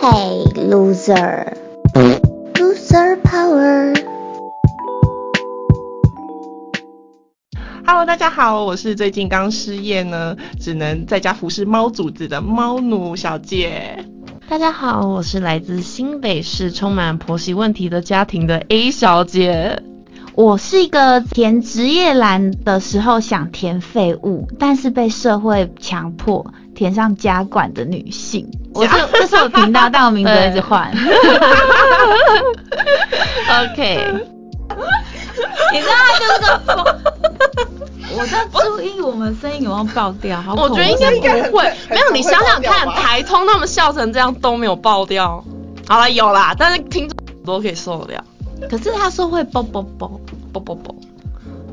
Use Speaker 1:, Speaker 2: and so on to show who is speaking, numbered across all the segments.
Speaker 1: Hey loser, loser power.
Speaker 2: Hello，大家好，我是最近刚失业呢，只能在家服侍猫主子的猫奴小姐。
Speaker 3: 大家好，我是来自新北市充满婆媳问题的家庭的 A 小姐。
Speaker 4: 我是一个填职业栏的时候想填废物，但是被社会强迫填上家管的女性。我是这是我频道，但我名字一直换。
Speaker 3: OK，
Speaker 4: 你知道他就是个，我在注意我们声音有没有爆掉，好恐
Speaker 3: 我
Speaker 4: 怖。
Speaker 3: 觉得应该不会
Speaker 2: 很，很
Speaker 3: 没有你想想
Speaker 2: 很
Speaker 3: 看，
Speaker 2: 会爆料吧
Speaker 3: 台通他们笑成这样都没有爆掉。好了，有啦，但是听众都可以受得了。
Speaker 4: 可是他说会啵啵啵，
Speaker 3: 播播播，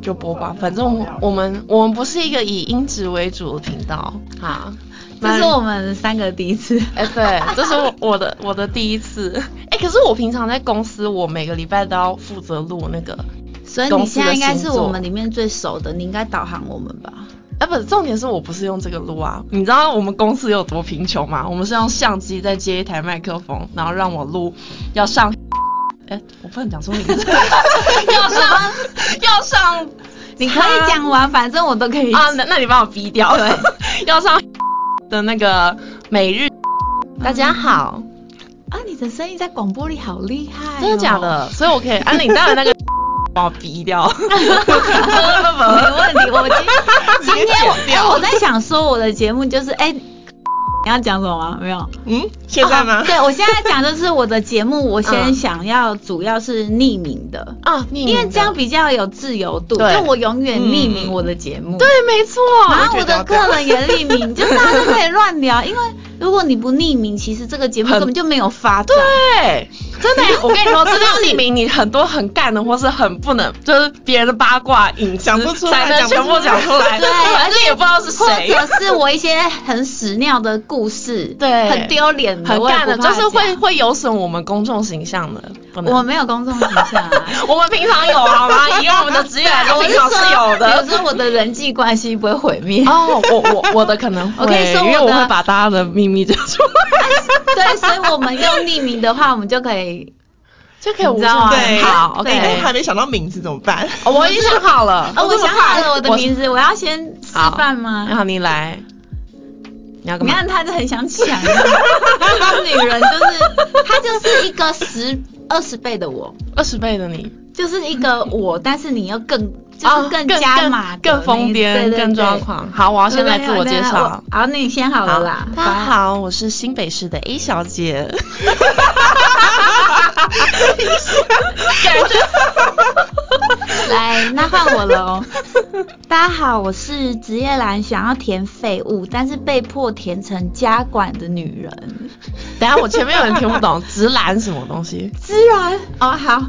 Speaker 3: 就播吧，反正我我们我们不是一个以音质为主的频道哈。
Speaker 4: 这是我们三个第一次。
Speaker 3: 哎、对，这是我我的我的第一次。 哎、可是我平常在公司，我每个礼拜都要负责录那个。
Speaker 4: 所以你现在应该是我们里面最熟的，你应该导航我们吧？
Speaker 3: 哎、不是，重点是我不是用这个录啊。你知道我们公司有多贫穷吗？我们是用相机再接一台麦克风，然后让我录，要上。 哎、我不能讲出名字。啊 要上，要上。
Speaker 4: 你可以讲完，反正我都可以。
Speaker 3: 啊，那那你帮我逼掉。对， 要上的那个每日。大家好，
Speaker 4: 啊，你的声音在广播里好厉害、哦
Speaker 3: 真的假？的？所以我可啊以安领到的那个 把我逼掉，没
Speaker 4: 没问题，我今
Speaker 3: 直接
Speaker 4: 今 天我
Speaker 3: 剪掉
Speaker 4: 哎我在想说我的节目就是哎。你要讲什么吗？没有，
Speaker 2: 嗯，现在吗？
Speaker 3: 啊
Speaker 4: 哦对我现在讲就是我的节目，我先
Speaker 3: 嗯
Speaker 4: 想要主要是匿名的，
Speaker 3: 啊，你
Speaker 4: 因为这样比较有自由度，因
Speaker 3: 对
Speaker 4: 为我永远匿名
Speaker 2: 嗯
Speaker 4: 我的节目，
Speaker 3: 对，没错。啊
Speaker 4: 然后
Speaker 2: 我觉
Speaker 4: 我
Speaker 2: 得要
Speaker 4: 的
Speaker 2: 这
Speaker 4: 个
Speaker 2: 样
Speaker 4: 人也匿名，就大家都可以乱聊，因为如果你不匿名，其实这个节目
Speaker 3: 很
Speaker 4: 根本就没有发展。
Speaker 3: 对，真的， 我跟你说，这就是证明你很多很干的，或是很不能，就是别人的八卦隐私
Speaker 2: 讲不出来
Speaker 3: 才能全部讲出 来，
Speaker 4: 哎对
Speaker 3: 反正也不知道是
Speaker 4: 或
Speaker 3: 谁。
Speaker 4: 者是我一些很屎尿的故事，
Speaker 3: 对
Speaker 4: 很丢脸的，
Speaker 3: 很
Speaker 4: 我也
Speaker 3: 干
Speaker 4: 不
Speaker 3: 的，
Speaker 4: 怕
Speaker 3: 就是会
Speaker 4: 讲
Speaker 3: 会有损我们公众形象的，不能。
Speaker 4: 我没有公众形象、啊。
Speaker 3: 我们平常有好吗？以我们的职业来说，
Speaker 4: 我
Speaker 3: 平常是有的。
Speaker 4: 比如说我的人际关系不会毁灭。
Speaker 3: 哦，我我我的可能会，
Speaker 4: 我跟你说
Speaker 3: 因为
Speaker 4: 我
Speaker 3: 我
Speaker 4: 的
Speaker 3: 会把大家的秘密讲出来，
Speaker 4: 对，所以我们用匿名的话，我们就可以。
Speaker 3: 就可以无
Speaker 4: 你知道吗
Speaker 3: 限
Speaker 2: 对，
Speaker 3: 对，好
Speaker 2: 哎但还
Speaker 3: ，OK。
Speaker 2: 没想到名字怎么办？
Speaker 3: 哦我已经想好了，
Speaker 4: 哦，我想好了我的名
Speaker 3: 字，
Speaker 4: 字，我要先示
Speaker 3: 好
Speaker 4: 范吗？
Speaker 3: 然后你来，你要干
Speaker 4: 你
Speaker 3: 嘛
Speaker 4: 看？他就很想抢，啊 这个女人 就是她就是一个十二十倍的我，
Speaker 3: 二十倍的你，
Speaker 4: 就是一个我，但是你又 更就是
Speaker 3: 哦
Speaker 4: 更
Speaker 3: 更
Speaker 4: 加码的那一、
Speaker 3: 更更疯
Speaker 4: 对
Speaker 3: 癫，
Speaker 4: 对
Speaker 3: 更
Speaker 4: 对
Speaker 3: 抓狂。好，我要先来自我介绍。
Speaker 4: 好，那你先好了啦。
Speaker 3: 大家好，我是新北市的 A 小姐。
Speaker 4: 来，那换我喽。大家好，我是职业栏想要填废物，但是被迫填成家管的女人。
Speaker 3: 等一下，我前面有人听不懂，直男什么东 西？
Speaker 4: 居然哦，好。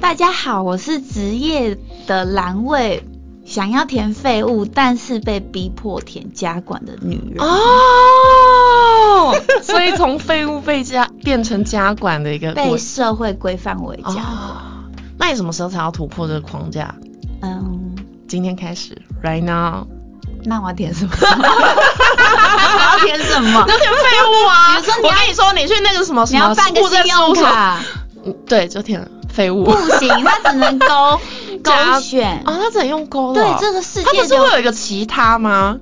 Speaker 4: 大家好，我是职业的栏位，想要填废物，但是被逼迫填家管的女人。
Speaker 3: 哦，所以从废物被家变成家管的一个
Speaker 4: 被
Speaker 3: 过
Speaker 4: 社会规范为家管。
Speaker 3: 哦。那你什么时候才要突破这个框架？
Speaker 4: 嗯，
Speaker 3: 今天开始，right now。
Speaker 4: 那我要填什么？ 我要填什么
Speaker 3: 有？点废物啊！
Speaker 4: 比如说你
Speaker 3: 我
Speaker 4: 要
Speaker 3: 跟你说，你去那个什么什
Speaker 4: 你要
Speaker 3: 么
Speaker 4: 办个
Speaker 3: 物证
Speaker 4: 信
Speaker 3: 事务
Speaker 4: 用
Speaker 3: 所，
Speaker 4: 卡？
Speaker 3: 嗯对，就填了废物。
Speaker 4: 不行，他只能勾勾 选。
Speaker 3: 啊，他只能用勾了。
Speaker 4: 对这个世界
Speaker 3: 他不是
Speaker 4: 就
Speaker 3: 会有一个其他吗？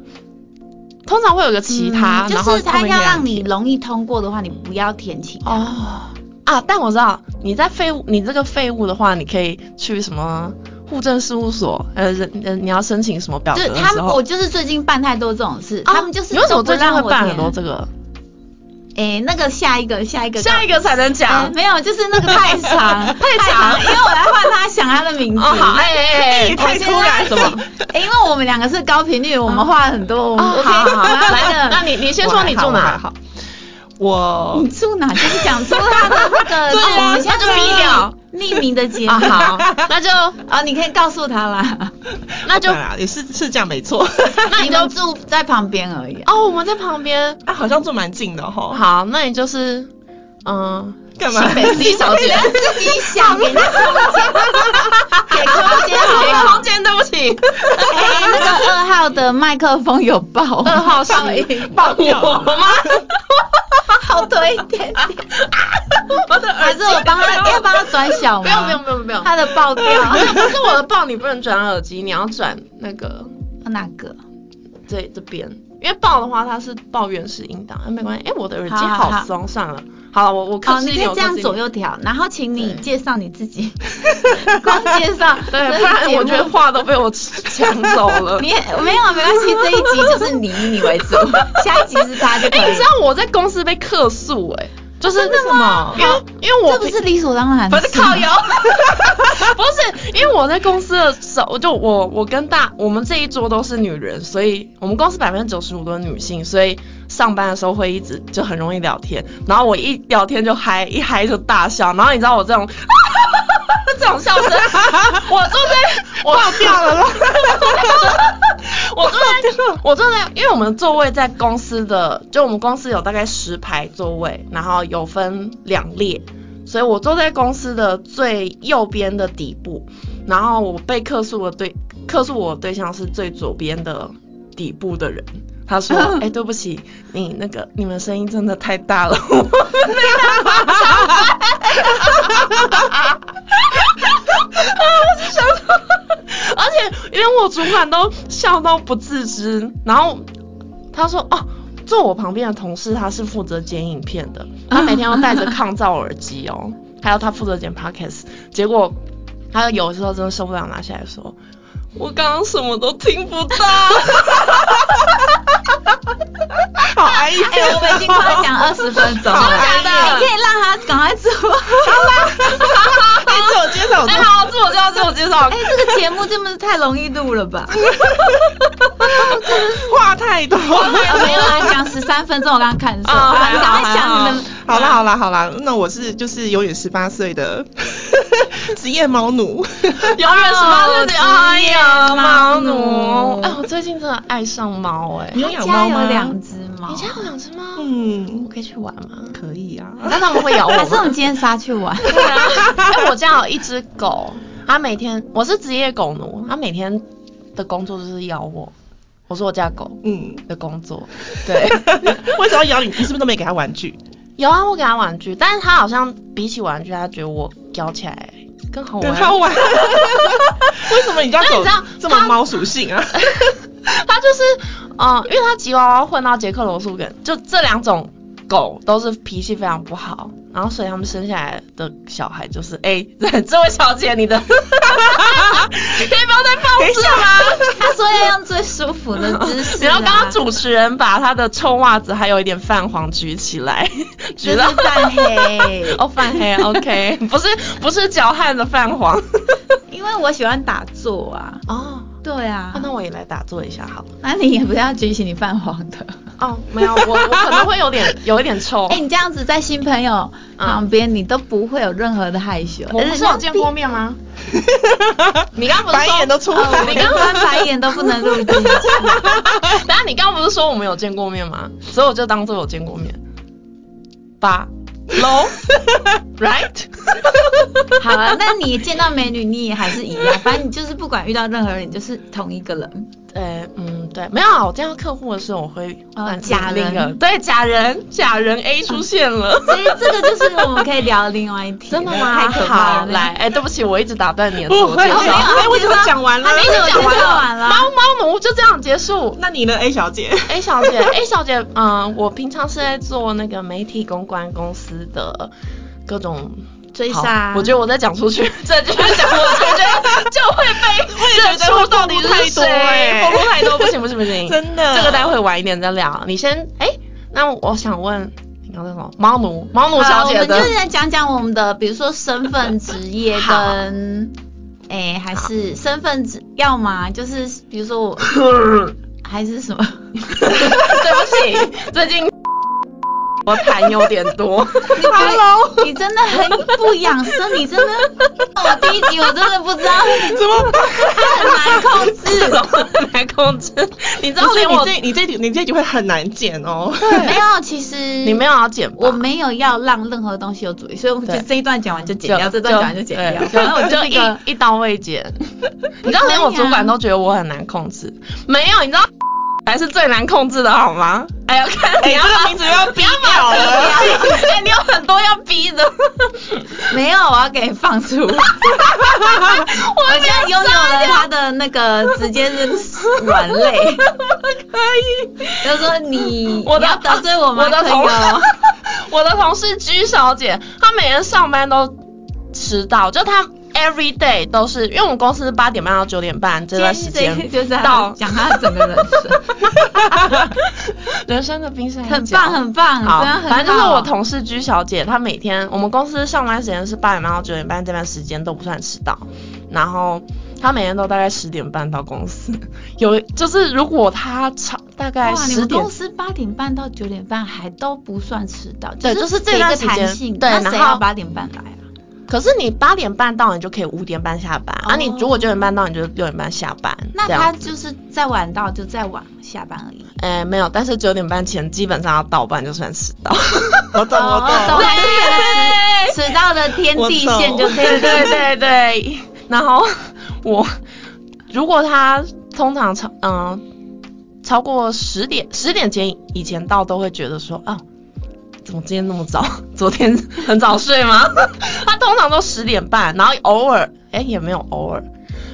Speaker 3: 通常会有一个其他，
Speaker 4: 嗯
Speaker 3: 然
Speaker 4: 就
Speaker 3: 后
Speaker 4: 是他
Speaker 3: 后面
Speaker 4: 要
Speaker 3: 那样
Speaker 4: 让你容易通过的话，你不要填其他。
Speaker 3: 哦啊，但我知道你在废物，你这个废物的话，你可以去什么户政事务所，呃，人呃，你要申请什么表
Speaker 4: 就
Speaker 3: 格
Speaker 4: 是
Speaker 3: 的
Speaker 4: 他
Speaker 3: 时
Speaker 4: 们，
Speaker 3: 候。
Speaker 4: 我就是最近办太多这种事，他们就是
Speaker 3: 你为什么
Speaker 4: 都不
Speaker 3: 最近
Speaker 4: 让
Speaker 3: 会
Speaker 4: 我
Speaker 3: 办很
Speaker 4: 填
Speaker 3: 多这个？
Speaker 4: 哎、那个下一个，下一个，
Speaker 3: 下一个才能
Speaker 4: 哎
Speaker 3: 讲。
Speaker 4: 没有，就是那个 太长，
Speaker 3: 太长
Speaker 4: 因为我来换他想他的名字。
Speaker 3: 哦，好，哎哎哎，
Speaker 4: 我
Speaker 3: 太
Speaker 4: 现
Speaker 3: 突然
Speaker 4: 在
Speaker 3: 什么？
Speaker 4: 哎因为我们两个是高频率，我们话很多，我们
Speaker 3: 哦，
Speaker 4: 我
Speaker 3: 好
Speaker 4: 可以
Speaker 3: 好
Speaker 4: 我
Speaker 3: 好，
Speaker 4: 要
Speaker 3: 来
Speaker 4: 的，
Speaker 3: 那你你先
Speaker 2: 我
Speaker 3: 说
Speaker 2: 还
Speaker 3: 你
Speaker 2: 好
Speaker 3: 住
Speaker 2: 我还
Speaker 3: 哪？
Speaker 2: 好，我
Speaker 4: 你住哪？就是讲出他的那 个，
Speaker 3: 对啊
Speaker 4: 哦我们现在
Speaker 3: 那就逼掉
Speaker 4: 匿匿名的节目。
Speaker 3: 啊，好，那就
Speaker 4: 啊，你可以告诉他 啦，
Speaker 3: 那就
Speaker 2: 我哦本来啊也是是这样没 错，
Speaker 3: 那
Speaker 4: 你
Speaker 3: 你
Speaker 4: 们
Speaker 3: 就
Speaker 4: 住在旁边而已啊。
Speaker 3: 哦，我们在旁边。哦
Speaker 2: 啊，好像住蛮近的哈。
Speaker 3: 好，那你就是嗯，
Speaker 2: 干嘛
Speaker 3: 新北市一小姐，
Speaker 4: 自己想给他空 间，给空间好不
Speaker 3: 没
Speaker 4: 好
Speaker 3: 空？间，对不
Speaker 4: 哎，
Speaker 3: 起。
Speaker 4: 那个二号的麦克风有爆，
Speaker 3: 二号是
Speaker 4: 爆音，
Speaker 3: 爆我吗？
Speaker 4: 好颓
Speaker 1: 一点点。
Speaker 3: 我的耳
Speaker 4: 还是
Speaker 3: 机
Speaker 4: 我帮他，要帮他转小吗？
Speaker 3: 不要不用不用不用
Speaker 4: 他的爆 掉。
Speaker 3: 可是我的抱你不能转耳机，你要转那个
Speaker 4: 哪哦个？
Speaker 3: 这这边，因为抱的话它是抱原始音档，啊没关系。哎、我的耳机
Speaker 4: 好好
Speaker 3: 好
Speaker 4: 好
Speaker 3: 松，啊算了，好了，我我克
Speaker 4: 哦，
Speaker 3: 制
Speaker 4: 你
Speaker 3: 一
Speaker 4: 可以
Speaker 3: 点，
Speaker 4: 这
Speaker 3: 我
Speaker 4: 样
Speaker 3: 克制一点
Speaker 4: 左右调，然后请你
Speaker 3: 对
Speaker 4: 介绍你自 己，光介绍。
Speaker 3: 对，不然 我觉得话都被我抢走了。
Speaker 4: 你也没有没关系，这一集就是你以你为主，下一集是他就可
Speaker 3: 哎、你
Speaker 4: 以
Speaker 3: 知。道我在公司被客诉哎、就是
Speaker 4: 真的吗
Speaker 3: 因为因为我
Speaker 4: 这不是理所当然
Speaker 3: 不
Speaker 4: 的
Speaker 3: 是
Speaker 4: 事
Speaker 3: 靠
Speaker 4: 吗。
Speaker 3: 腰， 不是因为我在公司的时候，就我我跟大我们这一桌都是女人，所以我们公司百分之九十五都是女性，所以上班的时候会一直就很容易聊天，然后我一聊天就嗨，一嗨就大笑，然后你知道我这种 这种笑 声，我坐在我爆掉了。我坐在，我坐在，因为我们座位在公司的，就我们公司有大概十排座位，然后有分两列，所以我坐在公司的最右边的底部，然后我被客诉的对客诉我的对象是最左边的底部的人。他 说：“哎、对不起，你那个你们声音真的太大 了，我没办法上班。”啊，我就想说，而且连我主管都笑到不自知。然后他说：“哦，坐我旁边的同事他是负责剪影片的，他每天要戴着抗噪耳机哦， 还有他负责剪 podcast。结果他有的时候真的受不了，拿下来说：我刚刚什么都听不到。”
Speaker 2: 好安逸。
Speaker 4: 哎，我们已经快 讲二十分钟了，哎
Speaker 3: 真的假的
Speaker 4: 你可以让他赶快做。
Speaker 2: 哎自我介绍，我
Speaker 3: 哎、
Speaker 2: 说
Speaker 3: 好，自我介绍，自我介绍
Speaker 4: 哎，。这个节目这么太容易录了 吧？
Speaker 2: 话太多。
Speaker 4: 啊没有啊，讲十三分钟，我刚刚看错，
Speaker 3: 哦还
Speaker 4: 哎你
Speaker 3: 好
Speaker 4: 赶快讲你
Speaker 3: 还
Speaker 4: 的
Speaker 3: 好。
Speaker 2: 好啦好啦好啦，那我是就是永远十八岁 的职业猫奴。
Speaker 3: 永远是猫
Speaker 4: 哦
Speaker 3: 奴，哎呀，
Speaker 4: 职业猫
Speaker 3: 猫奴！
Speaker 4: 奴
Speaker 3: 哎，我最近真的爱上猫哎、
Speaker 2: 你有
Speaker 4: 他
Speaker 2: 养
Speaker 4: 家
Speaker 2: 猫吗？
Speaker 4: 有两只猫
Speaker 3: 你，家有两只猫？我
Speaker 2: 嗯，
Speaker 3: 可以去玩吗？
Speaker 2: 可以啊。
Speaker 3: 那他们会咬我
Speaker 4: 还是我
Speaker 3: 吗
Speaker 4: 们？今天杀去玩？
Speaker 3: 对啊，哎，我家有一只狗，它每天我是职业狗奴，它每天的工作就是咬我。我说我家狗
Speaker 2: 嗯，
Speaker 3: 的工作，对，
Speaker 2: 为什么要咬你？你是不是都没给他玩具？
Speaker 3: 有啊，我给它玩具，但是它好像比起玩具，它觉得我咬起来更好
Speaker 2: 对，
Speaker 3: 玩。
Speaker 2: 好玩。 为什么你家
Speaker 3: 那你
Speaker 2: 狗
Speaker 3: 知道哎
Speaker 2: 这么
Speaker 3: 它
Speaker 2: 猫属性 啊？
Speaker 3: 它就是，嗯、因为它吉娃娃混到捷克罗素梗，就这两种狗都是脾气非常不好，然后所以他们生下来的小孩就是，哎、 这位小姐，你的 可以不要再放置吗？
Speaker 4: 他说要用最舒服的姿势啊。
Speaker 3: 然后刚刚主持人把他的臭袜子还有一点泛黄举起来，举
Speaker 4: 这
Speaker 3: 到
Speaker 4: 是泛 黑
Speaker 3: 哦泛黑，OK，不 是不是脚汗的泛黄
Speaker 4: 因为我喜欢打坐啊。
Speaker 3: 哦。
Speaker 4: 对啊
Speaker 3: 啊，那我也来打坐一下好了。
Speaker 4: 那你也不要举起你泛黄的。
Speaker 3: 哦，没有，我我可能会有点有一点臭。
Speaker 4: 哎、你这样子在新朋友旁边，你都不会有任何的害羞。
Speaker 3: 我们是有见过面吗？你刚刚不是
Speaker 2: 白
Speaker 3: 说哦
Speaker 2: 眼都出
Speaker 4: 而
Speaker 2: 来
Speaker 4: 且哦
Speaker 3: 你
Speaker 4: 你刚
Speaker 3: 刚
Speaker 4: 翻
Speaker 3: 刚，
Speaker 4: 白眼都不能 录进去。
Speaker 3: 等下你刚刚不是说我们有见过面吗？所以我就当做有见过面。八 low right，
Speaker 4: 好啊，那你见到美女，你也还是一样，反正你就是不管遇到任何人，你就是同一个人。
Speaker 3: 呃嗯对，没有啊，我见到客户的时候我会
Speaker 4: 哦
Speaker 3: 换
Speaker 4: 假
Speaker 3: 另一个
Speaker 4: 人
Speaker 3: 对假人假人 A 出现了。
Speaker 4: 所以这个就是我们可以聊另外一题了。
Speaker 3: 真的吗？
Speaker 4: 太可怕
Speaker 3: 好，
Speaker 4: 了。
Speaker 3: 来，哎、对不起，我一直打断你的自
Speaker 2: 不
Speaker 3: 我
Speaker 2: 会，
Speaker 3: 介
Speaker 2: 哎
Speaker 3: 绍。
Speaker 2: 哎，我怎么讲完了
Speaker 4: 还？没
Speaker 3: 已经讲完
Speaker 4: 我
Speaker 3: 了，
Speaker 4: 讲完了
Speaker 3: 猫猫奴就这样结束。
Speaker 2: 那你呢，A 小姐？
Speaker 3: A 小姐，A 小姐，嗯，我平常是在做那个媒体公关公司的各种
Speaker 4: 追杀
Speaker 3: 好我觉得我再讲出 去，再继续讲，我觉得就会被认出到底 是谁，
Speaker 2: 太
Speaker 3: 暴
Speaker 2: 多
Speaker 3: 露太多，不行不行不行，
Speaker 2: 真的
Speaker 3: 这个待会晚一点再聊。你先，哎、那我想问，你刚才什么？猫奴，猫奴
Speaker 4: 好
Speaker 3: 小
Speaker 4: 了，我
Speaker 3: 姐
Speaker 4: 们
Speaker 3: 的
Speaker 4: 就。是来讲讲我们的，比如说身份、职业
Speaker 3: 好
Speaker 4: 跟，哎、还是身份职要吗？就是比如 说我还是什么？
Speaker 3: 对不起，最近 我痰有点多。
Speaker 2: Hello，
Speaker 4: 你真的很不养生，你真的，我第一集我真的不知道，
Speaker 2: 怎么办？
Speaker 4: 很难控制。
Speaker 3: 哦来控制，你知道
Speaker 2: 不是
Speaker 3: 连
Speaker 2: 你
Speaker 3: 我
Speaker 2: 这你这你这集会很难剪 哦。
Speaker 4: 没有，其实
Speaker 3: 你没有要剪吧，
Speaker 4: 我没有要让任何东西有主意，所以我们就
Speaker 3: 对
Speaker 4: 这一段讲完就剪掉，这段讲完就剪掉，
Speaker 3: 对
Speaker 4: 反正我
Speaker 3: 就
Speaker 4: 就是一个。
Speaker 3: 一一刀未 剪。你知道连我主管都觉得我很难控制，没有，你知道才是最难控制的好吗？哎呀，看
Speaker 2: 哎
Speaker 3: 你要
Speaker 2: 这个
Speaker 3: 把
Speaker 2: 名字要
Speaker 3: 不要
Speaker 2: 掉
Speaker 3: 把
Speaker 2: 了
Speaker 3: 这个
Speaker 4: 要给放出。我现在拥有了他的那个，直接是软肋。
Speaker 3: 可以。
Speaker 4: 就是说你
Speaker 3: 我
Speaker 4: 你
Speaker 3: 的
Speaker 4: 要得罪我吗？
Speaker 3: 我的
Speaker 4: 可以
Speaker 3: 同
Speaker 4: 哦。
Speaker 3: 我的同事居小姐，她每天上班都迟到，就她 every day 都是，因为我们公司是八点半到九点半这段时
Speaker 4: 今
Speaker 3: 间
Speaker 4: 天这一就是
Speaker 3: 到
Speaker 4: 要讲他整个人生，
Speaker 3: 人生的冰山一角
Speaker 4: 很棒很棒，
Speaker 3: 好
Speaker 4: 真的，很
Speaker 3: 反正就是
Speaker 4: 好
Speaker 3: 我同事居小姐，她每天我们公司上班时间是八点半到九点半，这段时间都不算迟到。然后她每天都大概十点半到公司， 有就是如果她超大概
Speaker 4: 哇，你
Speaker 3: 十
Speaker 4: 们
Speaker 3: 点
Speaker 4: 公司八点半到九点半还都不算迟到，
Speaker 3: 对就是这
Speaker 4: 给一
Speaker 3: 段
Speaker 4: 个
Speaker 3: 时间
Speaker 4: 弹性。
Speaker 3: 对
Speaker 4: 那
Speaker 3: 然
Speaker 4: 谁
Speaker 3: 后
Speaker 4: 要八点半来啊？
Speaker 3: 可是你八点半到，你就可以五点半下班、啊。
Speaker 4: 哦
Speaker 3: 你如果九点半到，你就六点半下班。
Speaker 4: 那
Speaker 3: 这
Speaker 4: 他
Speaker 3: 样，
Speaker 4: 就是再晚到就再晚下班而已。
Speaker 3: 哎，没有，但是九点半前基本上要到，不然就算迟到。
Speaker 2: 我懂
Speaker 3: 哦
Speaker 2: 我
Speaker 4: 哦懂
Speaker 2: 懂，
Speaker 4: 对迟到的天地线就可
Speaker 3: 对
Speaker 4: 以。
Speaker 3: 对对对。然后我如果他通常超嗯、超过十点十点前以前到，都会觉得说啊。怎么今天那么早？昨天很早睡吗？ 他通常都十点半，然后偶尔，哎、也没有偶尔，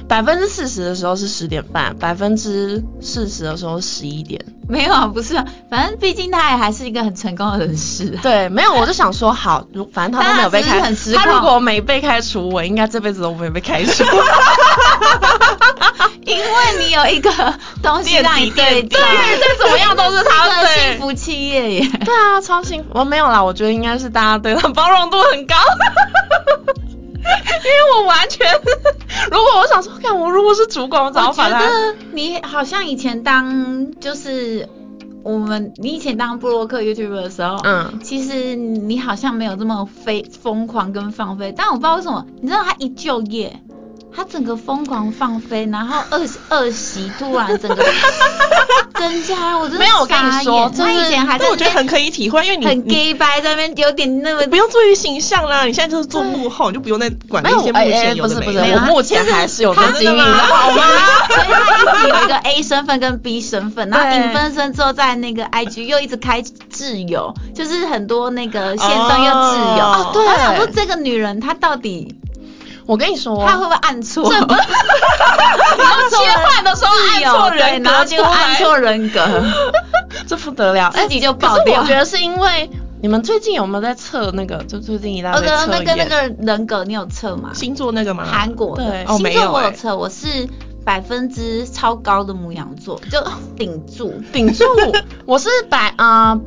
Speaker 3: 百分之四十的时候是十点半，百分之四十的时候十一点。
Speaker 4: 没有啊，不是啊，反正毕竟他也还是一个很成功的人士啊。
Speaker 3: 对，没有，我就想说，好，如反正他都没有被开，
Speaker 4: 但他只是很失
Speaker 3: 他
Speaker 4: 控
Speaker 3: 如果没被开除，我应该这辈子都不会被开除。
Speaker 4: 因为你有一个东西让你 对
Speaker 3: 对，再怎么样都是他
Speaker 4: 的
Speaker 3: 对
Speaker 4: 幸。福企业耶。
Speaker 3: 对啊，超幸福。我没有啦，我觉得应该是大家对他包容度很高， 因为我完全，如果我想说，看我如果是主管，我早
Speaker 4: 我
Speaker 3: 就
Speaker 4: 觉
Speaker 3: 把他。
Speaker 4: 得你好像以前当就是我们，你以前当布洛克 YouTube 的时候，
Speaker 3: 嗯，
Speaker 4: 其实你好像没有这么飞疯狂跟放飞，但我不知道为什么，你知道他一就业，他整个疯狂放飞，然后二二席突然啊 整个增加，我真的
Speaker 3: 没有，我跟你
Speaker 4: 傻
Speaker 3: 说，
Speaker 4: 眼
Speaker 3: 就
Speaker 4: 他
Speaker 3: 是
Speaker 4: 以前还在
Speaker 2: 但我觉得
Speaker 4: 那
Speaker 2: 很
Speaker 4: 边
Speaker 2: 可以体会，因为你
Speaker 4: 很
Speaker 2: 你
Speaker 4: gay 白，在那边有点那么
Speaker 2: 不用注意形象啦，你现在就是做幕后，你就不用再管那些幕
Speaker 3: 哎哎
Speaker 2: 前有啊
Speaker 3: 不
Speaker 2: 的
Speaker 3: 是
Speaker 2: 没
Speaker 3: 不
Speaker 2: 的
Speaker 3: 是，
Speaker 4: 没
Speaker 3: 我
Speaker 4: 有他
Speaker 3: 目前还是有在经营的，好 吗？
Speaker 4: 所以他一直有一个 A 身份跟 B 身份，然后
Speaker 3: 对
Speaker 4: 影分身之后，在那个 IG 又一直开挚友，就是很多那个线上又挚友。
Speaker 2: 哦
Speaker 4: 我想说这个女人她到底
Speaker 3: 我跟你说，
Speaker 4: 她会不会按错？
Speaker 3: 这不是你要切换的时候按
Speaker 4: 哦
Speaker 3: 错人
Speaker 4: 对
Speaker 3: 格
Speaker 4: 然后
Speaker 3: 出
Speaker 4: 就
Speaker 3: 来
Speaker 4: 按错人 格，
Speaker 3: 这不得了，哎
Speaker 4: 自己就
Speaker 3: 可
Speaker 4: 爆
Speaker 3: 是
Speaker 4: 掉
Speaker 3: 我。觉得是因为你们最近有没有在测那个？就最近一大
Speaker 4: 哦，
Speaker 3: 堆
Speaker 4: 对，
Speaker 3: 测
Speaker 4: 那
Speaker 3: 验。
Speaker 4: 个那个人格你有测吗？
Speaker 2: 星座那个吗？
Speaker 4: 韩国
Speaker 3: 对
Speaker 4: 的
Speaker 2: 哦
Speaker 4: 星
Speaker 2: 没有
Speaker 4: 座我有
Speaker 2: 欸
Speaker 4: 测，我是百分之超高的母羊座，就顶住。
Speaker 3: 顶住，我是百啊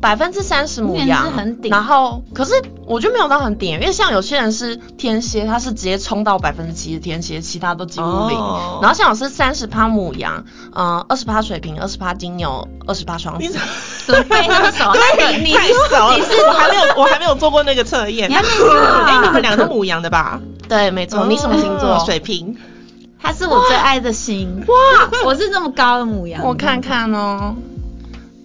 Speaker 3: 百分之三十母
Speaker 4: 你也
Speaker 3: 羊，
Speaker 4: 是很顶
Speaker 3: 然后可是我就没有到很顶，因为像有些人是天蝎，他是直接冲到百分之七十天蝎，其他都几乎零。
Speaker 2: 哦
Speaker 3: 然后像我是三十趴母羊，嗯二十趴水瓶，二十趴金牛，二十趴双
Speaker 2: 你
Speaker 3: 子。
Speaker 4: 怎么背那么熟？那你你
Speaker 2: 太少了
Speaker 4: 你是，
Speaker 2: 我还没有我还没有做过那个测验。
Speaker 4: 你还没
Speaker 2: 哎，
Speaker 4: 做啊
Speaker 2: 你们俩都母羊的吧？
Speaker 3: 对，没错。你什么星座？
Speaker 2: 哦水瓶。
Speaker 4: 他是我最爱的星。
Speaker 3: 哇
Speaker 4: 哇，我是这么高的母羊。
Speaker 3: 我看看哦。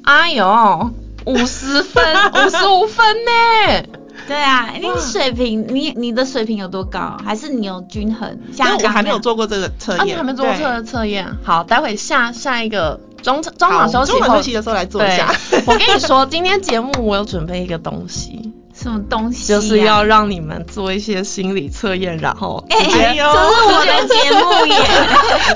Speaker 3: 哎呦，五十分，五十五分呢。
Speaker 4: 对啊，你水平，你你的水平有多高？还是你有均衡？
Speaker 2: 但
Speaker 4: 像
Speaker 2: 我还没有
Speaker 4: 刚刚那样。
Speaker 2: 做过这个测
Speaker 3: 啊，你
Speaker 2: 验，
Speaker 3: 还没做过测测验？好，待会下下一个中中
Speaker 2: 好
Speaker 3: 场休息
Speaker 2: 中
Speaker 3: 后
Speaker 2: 场休息的时候来做一下
Speaker 3: 对 我跟你说，今天节目我有准备一个东西，
Speaker 4: 什么东西啊？
Speaker 3: 就是要让你们做一些心理测验，然后
Speaker 4: 哎，
Speaker 3: 直接
Speaker 4: 这是我的节目耶！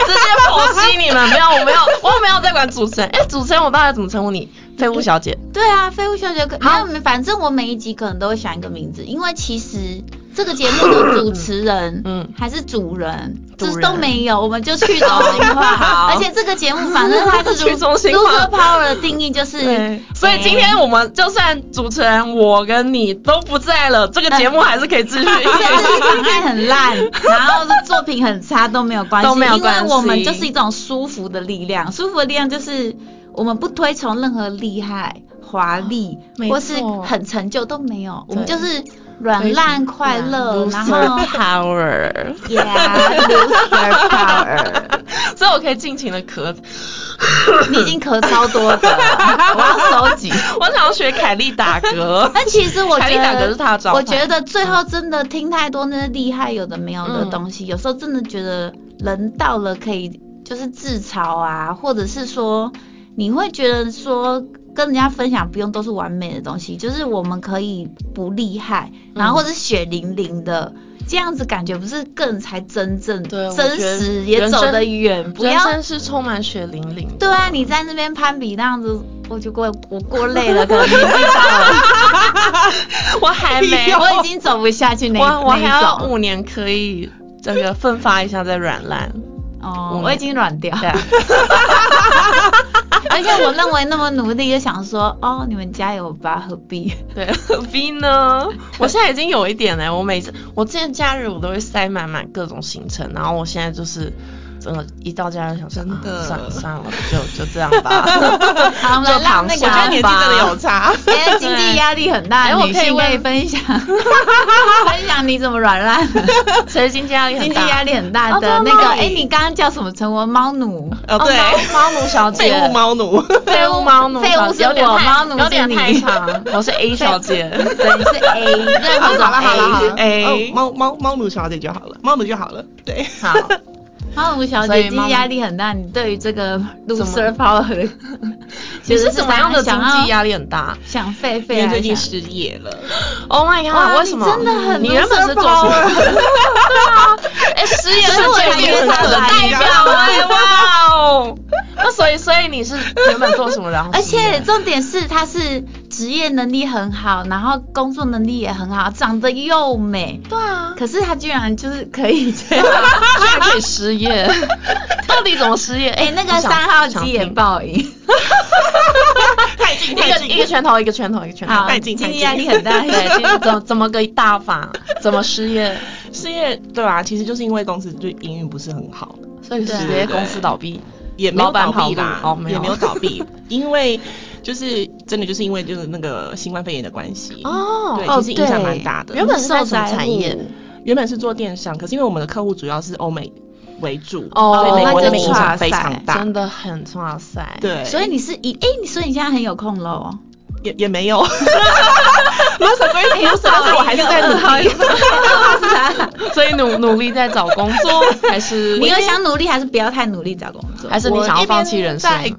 Speaker 3: 直接剖析你们。没有，我没有，我没有在管主持人。哎，主持人，我到底怎么称呼你？废物小姐。
Speaker 4: 对啊，废物小姐可
Speaker 3: 好
Speaker 4: 没有，反正我每一集可能都会想一个名字，因为其实这个节目的主持人，
Speaker 3: 嗯
Speaker 4: 嗯，还是主人，就
Speaker 3: 主人
Speaker 4: 是都没有，我们就去中心
Speaker 3: 好
Speaker 4: 化。而且这个节目反正它是
Speaker 3: 去中心
Speaker 4: l
Speaker 3: 化
Speaker 4: o Power 的定义就是，
Speaker 3: 对，所以今天我们就算主持人我跟你都不在了，这个节目还是可以继
Speaker 4: 甚
Speaker 3: 续。
Speaker 4: 至状态很烂，然后作品很差都没有关系，
Speaker 3: 都没有关系
Speaker 4: 因为我们就是一种舒服的力量，舒服的力量就是我们不推崇任何厉害、华丽
Speaker 3: 哦没错
Speaker 4: 或是很成就都没有，我们
Speaker 3: 对
Speaker 4: 就是软烂快乐，然
Speaker 3: 哦
Speaker 4: 后
Speaker 3: power，
Speaker 4: yeah，loser power，
Speaker 3: 所以我可以尽情的咳。
Speaker 4: 你已经咳超多的了， 我要 收集。。
Speaker 3: 我想要学凯莉打嗝
Speaker 4: 但其实我
Speaker 3: 凯
Speaker 4: 觉
Speaker 3: 莉打嗝
Speaker 4: 得，
Speaker 3: 是他的招牌
Speaker 4: 我觉得最后真的听太多那些厉害有的没有的
Speaker 3: 嗯
Speaker 4: 东西，有时候真的觉得人到了可以就是自嘲啊，或者是说你会觉得说。跟人家分享不用都是完美的东西，就是我们可以不厉害，
Speaker 3: 嗯
Speaker 4: 然后或者是血淋淋的。这样子感觉不是更才真正
Speaker 3: 对我
Speaker 4: 真
Speaker 3: 觉得
Speaker 4: 实，也
Speaker 3: 人
Speaker 4: 走
Speaker 3: 生
Speaker 4: 得远，不
Speaker 3: 人
Speaker 4: 要
Speaker 3: 生是充满血淋淋的。
Speaker 4: 对啊，你在那边攀比那样子，我就过我过累 了，可能年纪到了，我还 没，我已经走不下去那
Speaker 3: 我
Speaker 4: 那
Speaker 3: 我还
Speaker 4: 一
Speaker 3: 要
Speaker 4: 种
Speaker 3: 五年可以这个奋发一下再软 烂，
Speaker 4: 哦
Speaker 3: 五，
Speaker 4: 我已经软掉。
Speaker 3: 对啊，
Speaker 4: 而且我认为那么努力，就想说哦，你们加油吧，何必？
Speaker 3: 对，何必呢？ 我现在已经有一点嘞，我每次我之前假日我都会塞满满各种行程，然后我现在就是。真的，一到家就想说，
Speaker 2: 真的
Speaker 3: 啊算了算了，就就这样 吧。
Speaker 4: 好，我们来让那
Speaker 3: 就
Speaker 2: 我觉得
Speaker 4: 个
Speaker 3: 躺下
Speaker 2: 年纪真的有差。
Speaker 4: 哎，经济压力很大，
Speaker 3: 哎我可以
Speaker 4: 女性可以
Speaker 3: 问
Speaker 4: 分 享，分享你怎么软烂，
Speaker 3: 所以经济压力很
Speaker 4: 经济
Speaker 3: 大
Speaker 4: 压力很大的
Speaker 3: 哦
Speaker 4: 那个，
Speaker 3: 猫奴
Speaker 4: 哎，你刚刚叫什么称呼？猫奴。
Speaker 2: 哦， 对，
Speaker 3: 猫猫奴小 姐，
Speaker 2: 废物猫 奴。
Speaker 3: 废物猫奴
Speaker 4: 废
Speaker 3: 小
Speaker 4: 物
Speaker 3: 姐，
Speaker 4: 是
Speaker 3: 有点
Speaker 4: 我
Speaker 3: 太
Speaker 4: 猫奴
Speaker 3: 有
Speaker 4: 是
Speaker 3: 点
Speaker 4: 你
Speaker 3: 太长， 我是 A 小姐，
Speaker 4: 对，你是 A，任 何种 A。
Speaker 2: 好了好了好 了
Speaker 3: A
Speaker 2: 哦猫猫猫奴小姐就好了，猫奴就好了。对，
Speaker 3: 好，
Speaker 4: 猫奴小
Speaker 3: 所以
Speaker 4: 姐经
Speaker 3: 猫奴
Speaker 4: 济压力很大，你对于这个
Speaker 3: 么
Speaker 4: loser power 的，
Speaker 3: 你是什么样的经
Speaker 4: 想要
Speaker 3: 济压力很大
Speaker 4: 想狒
Speaker 2: 因
Speaker 4: 狒
Speaker 2: 为
Speaker 4: 还
Speaker 2: 最
Speaker 4: 是
Speaker 2: 近
Speaker 4: 想？
Speaker 2: 失业了，
Speaker 3: 啊？Oh my
Speaker 4: 哇
Speaker 3: god！为什么？
Speaker 4: 你真的很
Speaker 3: 你原本是做什么？
Speaker 2: loser
Speaker 3: 对啊，哎，失业是
Speaker 4: 所以我
Speaker 3: 最
Speaker 4: 才
Speaker 3: 近
Speaker 4: 约他
Speaker 3: 的
Speaker 4: 来
Speaker 3: 代表哎，
Speaker 4: 呀
Speaker 3: 哇哦！那所以所以你是原本做什么？然后
Speaker 4: 而
Speaker 3: 失业
Speaker 4: 且重点是，她是职业能力很好，然后工作能力也很好，长得又美，
Speaker 3: 对啊，
Speaker 4: 可是她居然就是可以这样。
Speaker 3: 居然可以失业， 到底怎么失业？
Speaker 4: 哎、那个三号机也
Speaker 3: 爆，
Speaker 4: 报应，
Speaker 2: 太近
Speaker 3: 一
Speaker 2: 太
Speaker 3: 个一个
Speaker 2: 近。
Speaker 3: 拳头一个拳头一个拳头。
Speaker 4: 好，
Speaker 2: 太
Speaker 4: 经
Speaker 2: 近太
Speaker 4: 济
Speaker 2: 近
Speaker 4: 压力很大，
Speaker 3: 对，今天怎么怎么个大法？怎么失业？
Speaker 2: 失业对吧、其实就是因为公司就营运不是很好，
Speaker 3: 所以
Speaker 4: 对啊
Speaker 3: 直接公司倒闭。
Speaker 2: 也没有倒闭啦，
Speaker 3: 老板跑路哦没有
Speaker 2: 也没有倒 闭，因为就是真的就是因为就是那个新冠肺炎的关系。
Speaker 3: 哦
Speaker 2: 对，
Speaker 4: 哦
Speaker 2: 其实影响蛮大的。
Speaker 3: 原本是在什么产业
Speaker 4: 受灾户
Speaker 2: 原本是做电商，可是因为我们的客户主要是欧美为主，
Speaker 3: 哦
Speaker 2: 所以美国
Speaker 3: 那
Speaker 2: 那
Speaker 3: 就
Speaker 2: 边影响非常大。
Speaker 3: 真的很哇塞。，
Speaker 2: 对，
Speaker 4: 所以你是一哎、你所以你现在很有空了哦。
Speaker 2: 也也没有。loser 归 loser，但是我还是在努力。
Speaker 3: 所以努努力在找工作，还是
Speaker 4: 你有想努力还是不要太努力找工作？
Speaker 3: 啊还是你想要放弃人生？
Speaker 2: 我一边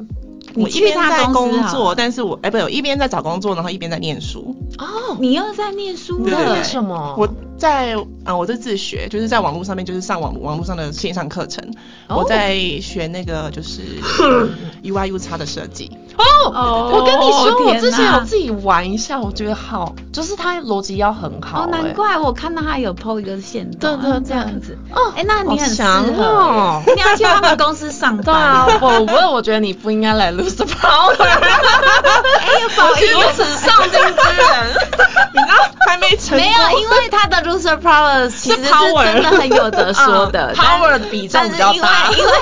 Speaker 4: 你
Speaker 2: 我一
Speaker 4: 去
Speaker 2: 边
Speaker 4: 他
Speaker 2: 在
Speaker 4: 公司
Speaker 2: 工
Speaker 4: 好
Speaker 2: 作，
Speaker 4: 了
Speaker 2: 但是我哎、不对，我一边在找工作，然后一边在念书。
Speaker 3: 哦，
Speaker 4: 你又在念书
Speaker 2: 对
Speaker 3: 那
Speaker 4: 了
Speaker 3: 为，什么？
Speaker 2: 我在呃，我在自学，就是在网络上面，就是上网网络上的线上课程。
Speaker 3: 哦
Speaker 2: 我在学那个就是 U I U X 的设计。
Speaker 3: 哦，我跟你说，我之前有自
Speaker 4: 己。
Speaker 3: 己玩一下，我觉得好，就是它逻辑要很好。
Speaker 4: 哦，难
Speaker 3: 哎。
Speaker 4: 怪我看到他有 PO 一个线
Speaker 3: 对
Speaker 4: 动，
Speaker 3: 对对
Speaker 4: 这样子。
Speaker 3: 哦，
Speaker 4: 哎，那你很
Speaker 3: 好
Speaker 4: 适
Speaker 3: 强
Speaker 4: 合欸
Speaker 3: 哦
Speaker 4: 耶，你要去他们公司上班。
Speaker 3: 对啊，我我我觉得你不应该来 lose the power，
Speaker 4: 哎，不好意
Speaker 3: 如
Speaker 4: 思
Speaker 3: 此上进之人。
Speaker 2: 你知道还没成
Speaker 4: 没有，因为他的 loser power 其实是
Speaker 3: power
Speaker 4: 真的很有得说的
Speaker 3: 嗯
Speaker 4: 但
Speaker 3: power 的比重
Speaker 4: 但是
Speaker 3: 比较大
Speaker 4: 因为因为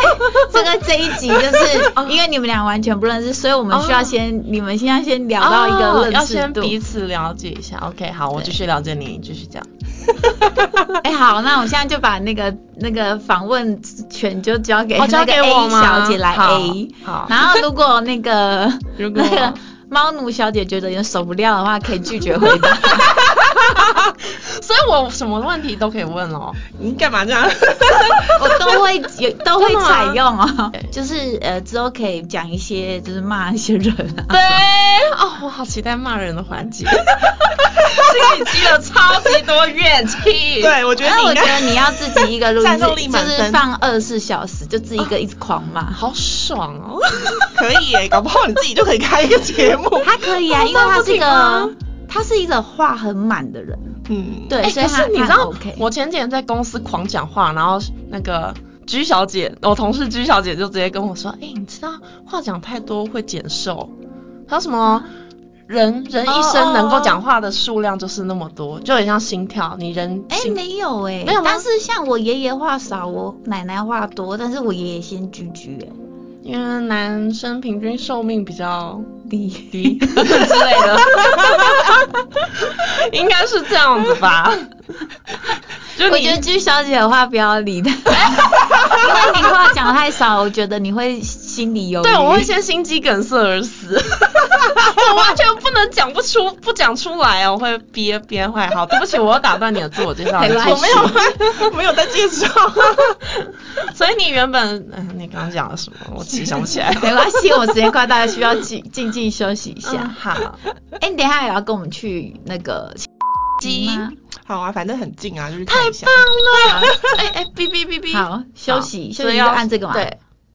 Speaker 4: 这个这一集 就是因为你们俩完全不认识，所以我们需要先你们现在先聊到一
Speaker 3: 哦
Speaker 4: 个
Speaker 3: 要
Speaker 4: 认识
Speaker 3: 先
Speaker 4: 度。
Speaker 3: 彼此了解一下。OK，好，我继续了解你，你继续讲。
Speaker 4: 哎，好，那我现在就把那个那个访问权就交给
Speaker 3: 哦交
Speaker 4: 那个
Speaker 3: 给我
Speaker 4: A
Speaker 3: 吗
Speaker 4: 小姐来
Speaker 3: 好
Speaker 4: A，
Speaker 3: 好
Speaker 4: 然后如果那个
Speaker 3: 如果
Speaker 4: 那个猫奴小姐觉得有手不掉的话，可以拒绝回答。
Speaker 3: 所以我什么问题都可以问哦。
Speaker 2: 你干嘛这样？
Speaker 4: 我都会有都会采用哦
Speaker 3: 对，
Speaker 4: 就是呃之后可以讲一些就是骂一些人啊，
Speaker 3: 对，哦，我好期待骂人的环节，心里积了超级多怨气。
Speaker 2: 对，我觉得
Speaker 4: 那
Speaker 2: 你
Speaker 4: 我
Speaker 2: 应
Speaker 4: 觉
Speaker 2: 该
Speaker 4: 得你要自己一 个录
Speaker 2: 战
Speaker 4: 音
Speaker 2: 斗力
Speaker 4: 就
Speaker 2: 满分
Speaker 4: 是放二十四小时，就自己一个一直狂骂。
Speaker 3: 好爽哦。
Speaker 2: 可以耶，搞不好你自己就可以开一个节目。
Speaker 4: 他可以啊，
Speaker 3: 哦
Speaker 4: 因为他是一
Speaker 3: 那不
Speaker 4: 个他是一个话很满的人，
Speaker 2: 嗯，
Speaker 4: 对，
Speaker 3: 哎
Speaker 4: 所以
Speaker 3: 可
Speaker 4: 他
Speaker 3: 是你
Speaker 4: 他
Speaker 3: 知道
Speaker 4: OK，
Speaker 3: 我前几天在公司狂讲话，然后那个。居小姐，我同事居小姐就直接跟我说：“哎、你知道话讲太多会减寿，还有什
Speaker 4: 啊
Speaker 3: 么人人一
Speaker 4: 哦
Speaker 3: 生能够讲话的数量就是那么多，就很像心跳，你人
Speaker 4: 哎
Speaker 3: 心
Speaker 4: 没有哎，
Speaker 3: 没有吗
Speaker 4: 但是像我爷爷话少，我奶奶话多，但是我爷爷先居居哎。
Speaker 3: 因为男生平均寿命比较
Speaker 4: 低，
Speaker 3: 低之类的， 应该是这样子吧？就
Speaker 4: 我
Speaker 3: 你
Speaker 4: 觉 得居小姐的话不要理她，因为你话讲太少，我觉得你会心理有
Speaker 3: 对，我会先心肌梗塞而死，我完全不能讲不出不讲出来啊，我会憋憋坏。好，对不起，我要打断你的自我介 绍，
Speaker 4: 没关系
Speaker 3: 我没有
Speaker 2: 我没有在介绍，
Speaker 3: 所以你原本，嗯，你刚刚讲了什么？我其实想不起来。
Speaker 4: 没关系，我们时间快到了，需要静静静休息一
Speaker 3: 嗯
Speaker 4: 下。
Speaker 3: 好，
Speaker 4: 哎、你等一下也要跟我们去那个
Speaker 3: 鸡
Speaker 4: 吗
Speaker 2: 好啊，反正很近啊，就是看一下。
Speaker 3: 哎哎，哔哔哔哔，
Speaker 4: 好休息，休
Speaker 3: 好所
Speaker 4: 息
Speaker 3: 以
Speaker 4: 就
Speaker 3: 要
Speaker 4: 按这个嘛。
Speaker 3: 对，